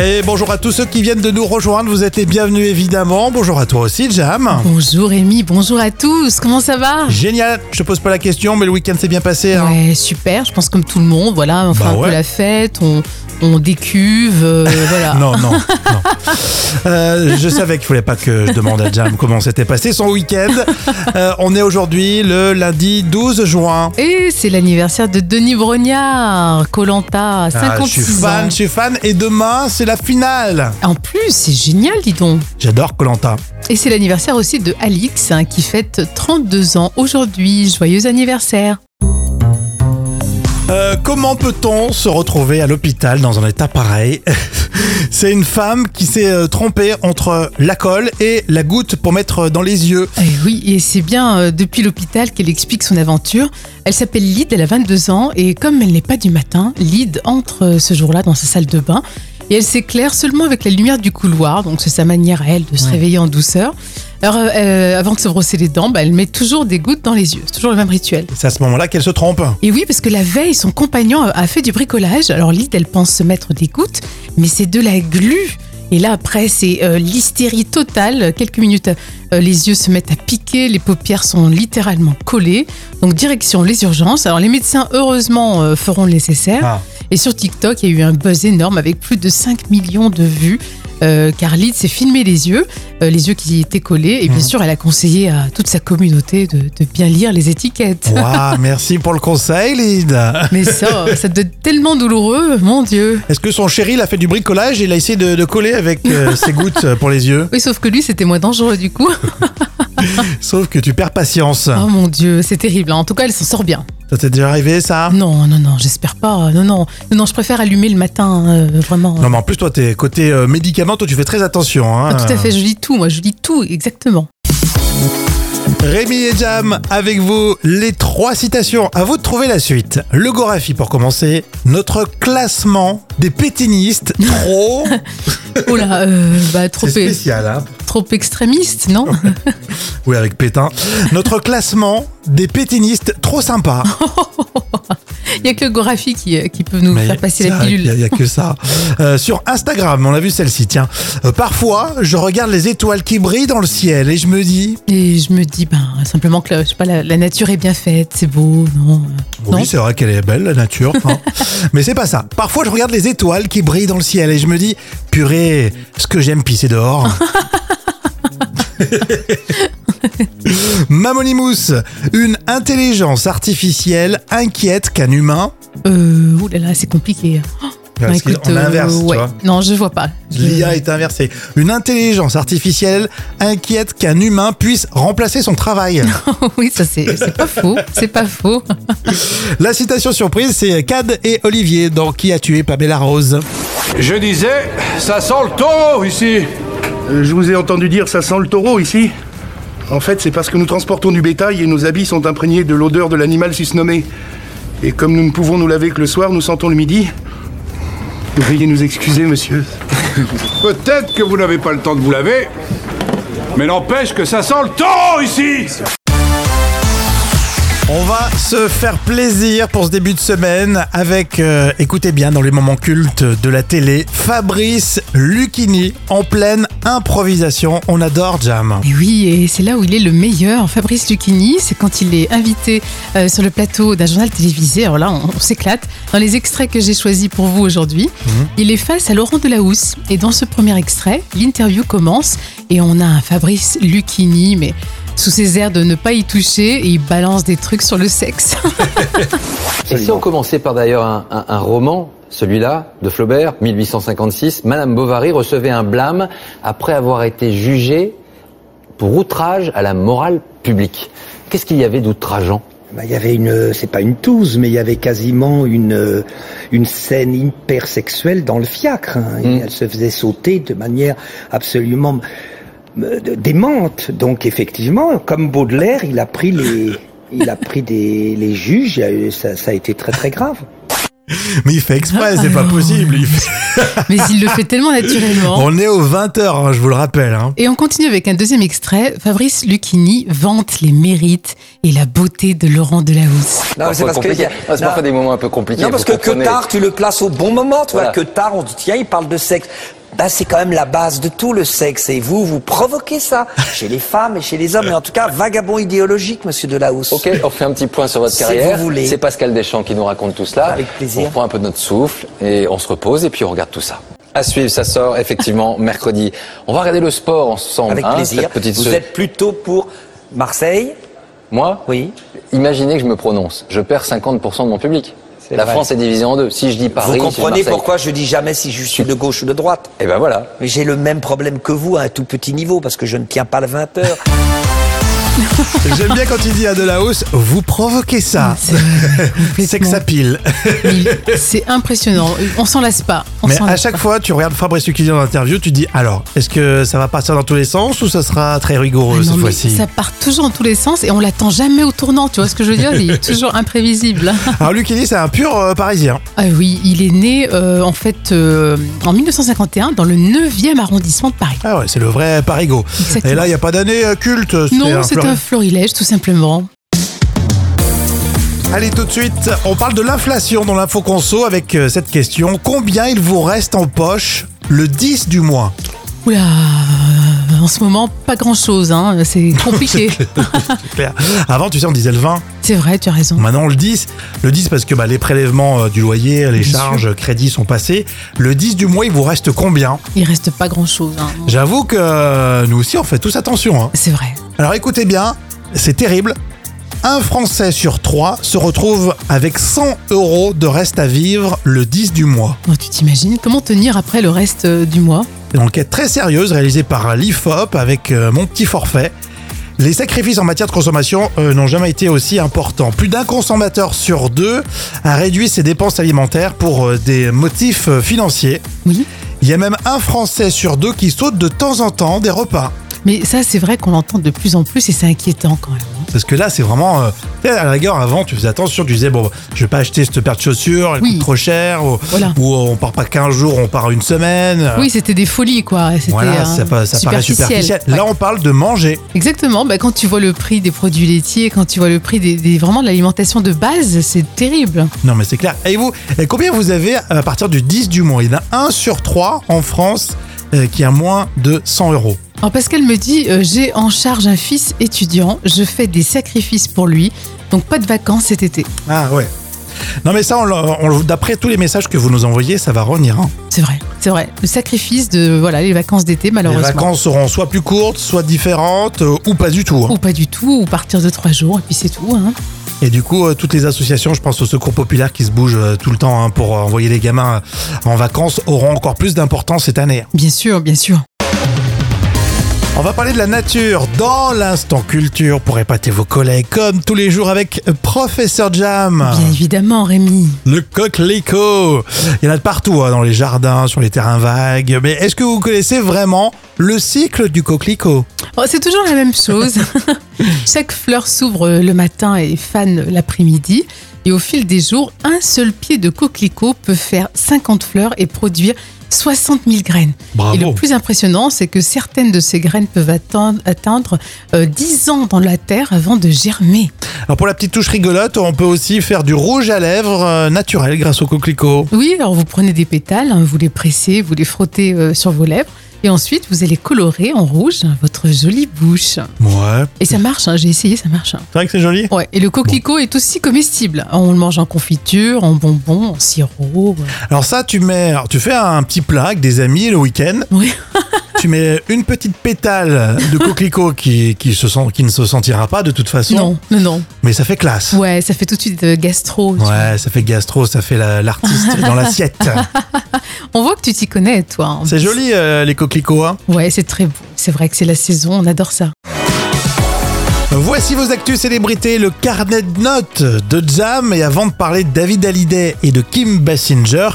Et bonjour à tous ceux qui viennent de nous rejoindre, vous êtes les bienvenus évidemment. Bonjour à toi aussi Jam. Bonjour Rémi, bonjour à tous, comment ça va Génial, je te pose pas la question, mais le week-end s'est bien passé. hein. Ouais, super, je pense comme tout le monde, voilà, on fait Bah un ouais. peu la fête, on, on décuve, euh, voilà. Non, non, non. Euh, je savais qu'il fallait pas que je demande à Jam comment s'était passé son week-end. Euh, on est aujourd'hui le lundi 12 juin. Et c'est l'anniversaire de Denis Brognard, Colanta, Ah, 56 je suis ans. fan, je suis fan. Et demain, c'est la finale. En plus, c'est génial, dis donc. J'adore Colanta. Et c'est l'anniversaire aussi de Alix, hein, qui fête 32 ans aujourd'hui. Joyeux anniversaire. Euh, comment peut-on se retrouver à l'hôpital dans un état pareil C'est une femme qui s'est euh, trompée entre la colle et la goutte pour mettre euh, dans les yeux. Eh oui, et c'est bien euh, depuis l'hôpital qu'elle explique son aventure. Elle s'appelle Lyd, elle a 22 ans, et comme elle n'est pas du matin, Lyd entre euh, ce jour-là dans sa salle de bain, et elle s'éclaire seulement avec la lumière du couloir, donc c'est sa manière à elle de se Ouais. réveiller en douceur. Alors, euh, euh, avant de se brosser les dents, bah, elle met toujours des gouttes dans les yeux, c'est toujours le même rituel. C'est à ce moment-là qu'elle se trompe. Et oui, parce que la veille, son compagnon a fait du bricolage. Alors Lyd, elle pense se mettre des gouttes, mais c'est de la glu. Et là, après, c'est euh, l'hystérie totale. Quelques minutes, euh, les yeux se mettent à piquer, les paupières sont littéralement collées. Donc, direction les urgences. Alors, les médecins, heureusement, euh, feront le nécessaire. Ah. Et sur TikTok, il y a eu un buzz énorme avec plus de 5 millions de vues. Euh, car Lyd s'est filmé les yeux, euh, les yeux qui étaient collés. Et bien Mhm. sûr, elle a conseillé à toute sa communauté de, de bien lire les étiquettes. Waouh, merci pour le conseil, Lyd. Mais ça, ça doit être tellement douloureux, mon Dieu. Est-ce que son chéri l'a fait du bricolage et il a essayé de, de coller avec euh, ses gouttes euh, pour les yeux Oui, sauf que lui, c'était moins dangereux du coup. Sauf que tu perds patience. Oh mon Dieu, c'est terrible. hein. En tout cas, elle s'en sort bien. Ça t'est déjà arrivé, ça Non, non, non, j'espère pas. Non, non, non, non, je préfère allumer le matin, euh, vraiment. Non, mais en plus, toi, t'es côté euh, médicaments, toi, tu fais très attention. hein. Ah, tout à fait, je lis tout, moi, je lis tout, exactement. Rémi et Jam, avec vous, les trois citations. À vous de trouver la suite. Le Gorafi pour commencer. Notre classement des pétinistes trop. Oh là, euh, bah, trop, C'est é- spécial, hein trop extrémiste, non Oui, avec Pétain. Notre classement des pétinistes trop sympas. Il y a que le Gorafi qui, euh, qui peut nous Mais faire passer la c'est vrai qu'il y a- Il pilule. n'y a, que ça. Euh, sur Instagram, on a vu celle-ci, tiens. Euh, parfois, je regarde les étoiles qui brillent dans le ciel et je me dis. Et je me dis, ben, simplement que la- je sais pas, la, la nature est bien faite, c'est beau, non euh, Oui, Non c'est vrai qu'elle est belle, la nature. hein. Mais c'est pas ça. Parfois, je regarde les étoiles qui brillent dans le ciel et je me dis, purée, ce que j'aime pisser dehors. Mamonimous, une intelligence artificielle inquiète qu'un humain. Euh, oh là là, c'est compliqué. Bah, Parce qu'il- écoute, on euh, inverse, tu ouais. vois. Non, je vois pas. Je- L'IA est inversée. Une intelligence artificielle inquiète qu'un humain puisse remplacer son travail. oui, ça c'est c'est pas faux, c'est pas faux. La citation surprise, c'est Cad et Olivier dans Qui a tué Pamela Rose. Je disais, ça sent le taureau ici. Euh, Je vous ai entendu dire ça sent le taureau ici. En fait, c'est parce que nous transportons du bétail et nos habits sont imprégnés de l'odeur de l'animal susnommé. Et comme nous ne pouvons nous laver que le soir, nous sentons le midi. Veuillez nous excuser, monsieur. Peut-être que vous n'avez pas le temps de vous laver, mais n'empêche que ça sent le taureau ici. On va se faire plaisir pour ce début de semaine avec, euh, écoutez bien, dans les moments cultes de la télé, Fabrice Lucchini en pleine improvisation. On adore Jam. Et oui, et c'est là où il est le meilleur. Fabrice Lucchini, c'est quand il est invité euh, sur le plateau d'un journal télévisé. Alors là, on, on s'éclate. Dans les extraits que j'ai choisis pour vous aujourd'hui, il est face à Laurent Delahousse. Et dans ce premier extrait, l'interview commence et on a un Fabrice Lucchini, mais sous ses airs de ne pas y toucher, et il balance des trucs sur le sexe. Et si on commençait par d'ailleurs un, un- un roman, celui-là, de Flaubert, 1856, Madame Bovary recevait un blâme après avoir été jugée pour outrage à la morale publique. Qu'est-ce qu'il y avait d'outrageant Bah, Il y avait une, euh, c'est pas une touze, mais il y avait quasiment une, euh, une scène hypersexuelle dans le fiacre. hein. Et Mm. Elle se faisait sauter de manière absolument euh, de- démente. Donc effectivement, comme Baudelaire, il a pris les, il a pris des, les juges, euh, ça, ça a été très très grave. Mais il fait exprès, Ah, c'est pas alors. possible. il fait- Mais il le fait tellement naturellement. On est aux 20h, je vous le rappelle. hein. Et on continue avec un deuxième extrait. Fabrice Lucchini vante les mérites et la beauté de Laurent Delahousse. Non, mais Ah, c'est parce que- compliqué. Non, c'est non. parfois des moments un peu compliqués. Non, parce vous que que comprenez. tard, tu le places au bon moment. Tu vois, Voilà. que tard, on se dit, tiens, il parle de sexe. Ben, c'est quand même la base de tout, le sexe. Et vous, vous provoquez ça chez les femmes et chez les hommes. Mais en tout cas, vagabond idéologique, monsieur Delahousse. Ok, on fait un petit point sur votre Si carrière. vous voulez. C'est Pascal Deschamps qui nous raconte tout cela. Avec plaisir. On prend un peu de notre souffle et on se repose et puis on regarde tout ça. À suivre, ça sort effectivement mercredi. On va regarder le sport ensemble. Avec hein, plaisir. cette petite Vous se- êtes plutôt pour Marseille Moi Oui. Imaginez que je me prononce. Je perds 50% de mon public. La vrai. France est divisée en deux. Si je dis Paris, Vous si je dis comprenez Marseille. pourquoi je dis jamais si je suis de gauche ou de droite Eh ben voilà. Mais j'ai le même problème que vous à un tout petit niveau parce que je ne tiens pas le 20 heures. J'aime bien quand il dit à Delahousse, vous provoquez ça. C'est vrai, Ah, complètement. Ah. C'est que ça pile. Mais il- C'est impressionnant. On s'en lasse pas. On Mais s'en à lasse chaque pas. fois, tu regardes Fabrice Lucchini dans l'interview, tu dis alors, est-ce que ça va partir dans tous les sens ou ça sera très rigoureux Ah, Non, cette mais fois-ci ça part toujours dans tous les sens et on l'attend jamais au tournant. Tu vois ce que je veux dire Il est toujours imprévisible. Alors Lucchini, c'est un pur euh, parisien. Ah oui, il est né euh, en fait euh, en 1951 dans le 9e arrondissement de Paris. Ah ouais, c'est le vrai parigo. Exactement. Et là, il n'y a pas d'année euh, culte. Non, c'est fleuron. un florilège tout simplement. Allez, tout de suite, on parle de l'inflation dans l'info conso avec euh, cette question. Combien il vous reste en poche le 10 du mois Oula, en ce moment, pas grand chose, hein. c'est compliqué. Claire. Avant, tu sais, on disait le 20. c'est vrai, tu as raison. Maintenant, le 10. Le 10 parce que bah, les prélèvements euh, du loyer, les Bien sûr. charges, euh, crédits sont passés. Le 10 du mois, il vous reste combien Il reste pas grand chose. hein. J'avoue que euh, nous aussi, on fait tous attention. hein. C'est vrai. Alors écoutez bien, c'est terrible. Un Français sur trois se retrouve avec 100 euros de reste à vivre le 10 du mois. Bon, tu t'imagines comment tenir après le reste euh, du mois Une enquête très sérieuse réalisée par l'IFOP avec euh, Mon Petit Forfait. Les sacrifices en matière de consommation euh, n'ont jamais été aussi importants. Plus d'un consommateur sur deux a réduit ses dépenses alimentaires pour euh, des motifs euh, financiers. Oui. Il y a même un Français sur deux qui saute de temps en temps des repas. Mais ça, c'est vrai qu'on l'entend de plus en plus et c'est inquiétant quand même. Parce que là, c'est vraiment. euh, tu sais, à la rigueur, avant, tu faisais attention, tu disais, bon, bah, je vais pas acheter cette paire de chaussures, elle Oui. coûte trop cher, ou, Voilà. ou, euh, on part pas 15 jours, on part une semaine. Oui, c'était des folies, quoi. C'était Ah. Voilà, euh, ça, pa- ça paraît superficiel. Ouais. Là, on parle de manger. Exactement. Bah, quand tu vois le prix des produits laitiers, quand tu vois le prix des, des- vraiment de l'alimentation de base, c'est terrible. Non, mais c'est clair. Et vous, et combien vous avez à partir du 10 du mois Il y en a 1 sur 3 en France euh, qui a moins de 100 euros. Alors Pascal me dit, euh, j'ai en charge un fils étudiant, je fais des sacrifices pour lui, donc pas de vacances cet été. Ah ouais. Non, mais ça, on l'a- on l'a- d'après tous les messages que vous nous envoyez, ça va revenir. hein. C'est vrai, c'est vrai. Le sacrifice de voilà les vacances d'été, Les malheureusement. vacances seront soit plus courtes, soit différentes, euh, ou pas du tout. hein. Ou pas du tout, ou partir de trois jours, et puis c'est tout. Hein. Et du coup, euh, toutes les associations, je pense au Secours Populaire qui se bouge euh, tout le temps hein, pour euh, envoyer les gamins euh, en vacances, auront encore plus d'importance cette année. Bien sûr, bien sûr. On va parler de la nature dans l'instant culture pour épater vos collègues, comme tous les jours avec euh, Professeur Jam. Bien évidemment, Rémi. Le coquelicot. Il y en a de partout, hein, dans les jardins, sur les terrains vagues. Mais est-ce que vous connaissez vraiment le cycle du coquelicot Oh, c'est toujours la même chose. Chaque fleur s'ouvre le matin et fane l'après-midi. Et au fil des jours, un seul pied de coquelicot peut faire 50 fleurs et produire 60 000 graines. Bravo. Et le plus impressionnant, c'est que certaines de ces graines peuvent atteindre, atteindre euh, 10 ans dans la terre avant de germer. Alors pour la petite touche rigolote, on peut aussi faire du rouge à lèvres euh, naturel grâce au coquelicot. Oui, alors vous prenez des pétales, hein, vous les pressez, vous les frottez euh, sur vos lèvres. Et ensuite, vous allez colorer en rouge hein, votre jolie bouche. Ouais. Et ça marche, hein, j'ai essayé, ça marche. hein. C'est vrai que c'est joli Ouais, et le coquelicot est aussi comestible. hein. On le mange en confiture, en bonbons, en sirop. euh, Alors ça, tu mets, alors tu fais un petit plat avec des amis le week-end. Oui. tu mets une petite pétale de coquelicot qui, qui, se sent, qui ne se sentira pas de toute façon. Non, non, non. Mais ça fait classe. Ouais, ça fait tout de suite euh, gastro. tu vois. Ouais, ça fait gastro, ça fait la- l'artiste dans l'assiette. On voit que tu t'y connais, toi. en C'est plus. joli euh, les coquelicots. Hein Ouais, c'est très beau. C'est vrai que c'est la saison, on adore ça. Voici vos actus célébrités, le carnet de notes de Jam. Et avant de parler de David Hallyday et de Kim Basinger,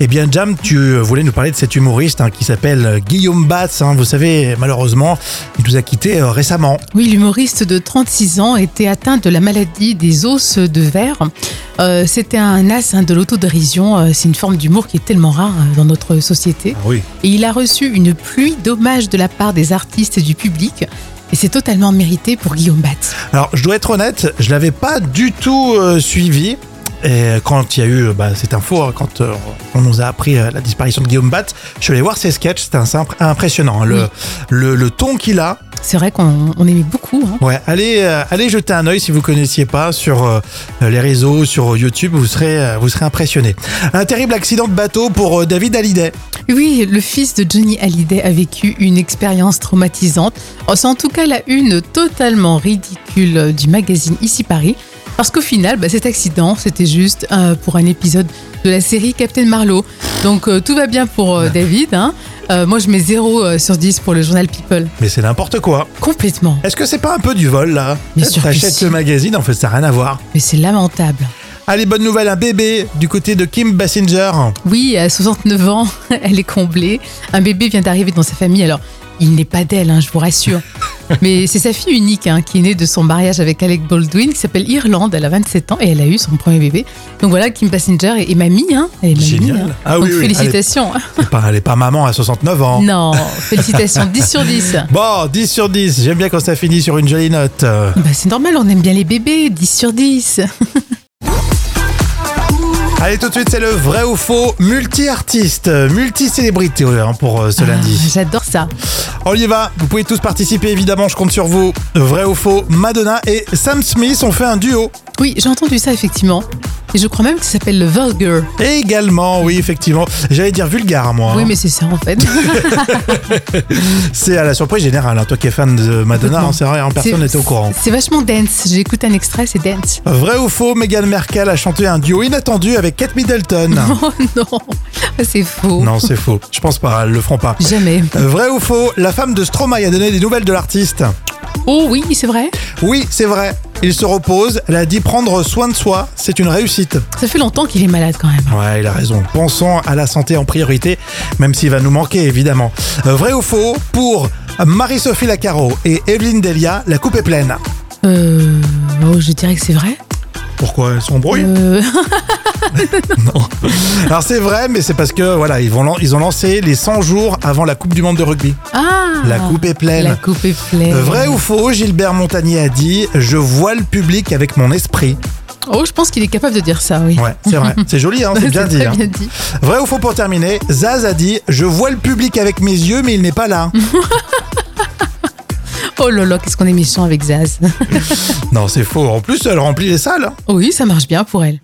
eh bien Jam, tu euh, voulais nous parler de cet humoriste hein, qui s'appelle euh, Guillaume Batz. hein. vous savez, malheureusement, il nous a quittés euh, récemment. Oui, l'humoriste de 36 ans était atteint de la maladie des os de verre. Euh, C'était un as hein, de l'autodérision. Euh, C'est une forme d'humour qui est tellement rare euh, dans notre société. oui. Et il a reçu une pluie d'hommages de la part des artistes et du public. Et c'est totalement mérité pour Guillaume Batz. Alors, je dois être honnête, je l'avais pas du tout euh, suivi. Et quand il y a eu euh, bah, cette info, hein, quand euh, on nous a appris euh, la disparition de Guillaume Batz, je suis allé voir ses sketchs, c'était un simple- impressionnant. hein, le, Oui. le, le ton qu'il a, C'est vrai qu'on on aimait beaucoup. hein. Ouais, allez, euh, allez jeter un œil si vous connaissiez pas sur euh, les réseaux, sur YouTube, vous serez, euh, vous serez impressionné. Un terrible accident de bateau pour euh, David Hallyday. Oui, le fils de Johnny Hallyday a vécu une expérience traumatisante. Oh, C'est en tout cas la une totalement ridicule du magazine Ici Paris. Parce qu'au final, bah, cet accident, c'était juste euh, pour un épisode de la série Captain Marlowe. Donc euh, tout va bien pour euh, David. hein. Euh, moi, je mets 0 euh, sur 10 pour le journal People. Mais c'est n'importe quoi. Complètement. Est-ce que c'est pas un peu du vol là Bien sûr que T'achètes si. le magazine, en fait, ça n'a rien à voir. Mais c'est lamentable. Allez, bonne nouvelle, un bébé du côté de Kim Basinger. Oui, à 69 ans, elle est comblée. Un bébé vient d'arriver dans sa famille. Alors, il n'est pas d'elle, hein, je vous rassure. Mais c'est sa fille unique hein, qui est née de son mariage avec Alec Baldwin, qui s'appelle Irlande. Elle a 27 ans et elle a eu son premier bébé. Donc voilà, Kim Passenger est, est mamie. Hein. Elle est mamie, Génial. hein. Ah oui, Donc oui, elle est- félicitations. C'est pas- Elle est pas maman à 69 ans. Non, félicitations. 10 sur 10. Bon, 10 sur 10, j'aime bien quand ça finit sur une jolie note. Euh, Bah, c'est normal, on aime bien les bébés. 10 sur 10. Allez, tout de suite, c'est le vrai ou faux multi-artiste, euh, multi-célébrité hein, pour euh, ce lundi. Ah, J'adore ça. On y va, vous pouvez tous participer évidemment, je compte sur vous. Vrai ou faux, Madonna et Sam Smith ont fait un duo. Oui, j'ai entendu ça, effectivement. Et je crois même que ça s'appelle le Vulgar. Et également, oui effectivement, j'allais dire vulgaire moi. Oui, hein. mais c'est ça, en fait. C'est à la surprise générale, hein. toi qui es fan de Madonna, Complètement. hein, c'est vrai, hein, personne C'est- n'était au courant. C'est vachement dance. J'ai écouté un extrait, c'est dance. Vrai ou faux, Meghan Merkel a chanté un duo inattendu avec Kate Middleton. Oh non, Ah, c'est faux. non, Euh. c'est faux, je pense pas, elles le feront pas. Jamais. Vrai ou faux, la femme de Stromae a donné des nouvelles de l'artiste. Oh oui, c'est vrai. Oui, c'est vrai, il se repose, elle a dit prendre soin de soi, c'est une réussite. Ça fait longtemps qu'il est malade quand même. Ouais, il a raison. Pensons à la santé en priorité, même s'il va nous manquer, évidemment. Euh, Vrai ou faux Pour Marie-Sophie Lacaro et Evelyne Delia, la coupe est pleine. Euh, oh, je dirais que c'est vrai. Pourquoi elles s'embrouillent Euh, Alors c'est vrai, mais c'est parce que voilà, ils, vont lan- ils ont lancé les 100 jours avant la Coupe du Monde de rugby. ah. La coupe est pleine. La coupe est pleine. Euh, Vrai ou faux Gilbert Montagnier a dit Je vois le public avec mon esprit. Oh, je pense qu'il est capable de dire ça, oui. Ouais, c'est vrai. C'est joli, hein, c'est bien très dit. hein. bien dit. Vrai ou faux pour terminer Zaz a dit Je vois le public avec mes yeux, mais il n'est pas là. Oh là là, qu'est-ce qu'on est méchant avec Zaz. non, c'est faux. En plus, elle remplit les salles. hein. Oh oui, ça marche bien pour elle.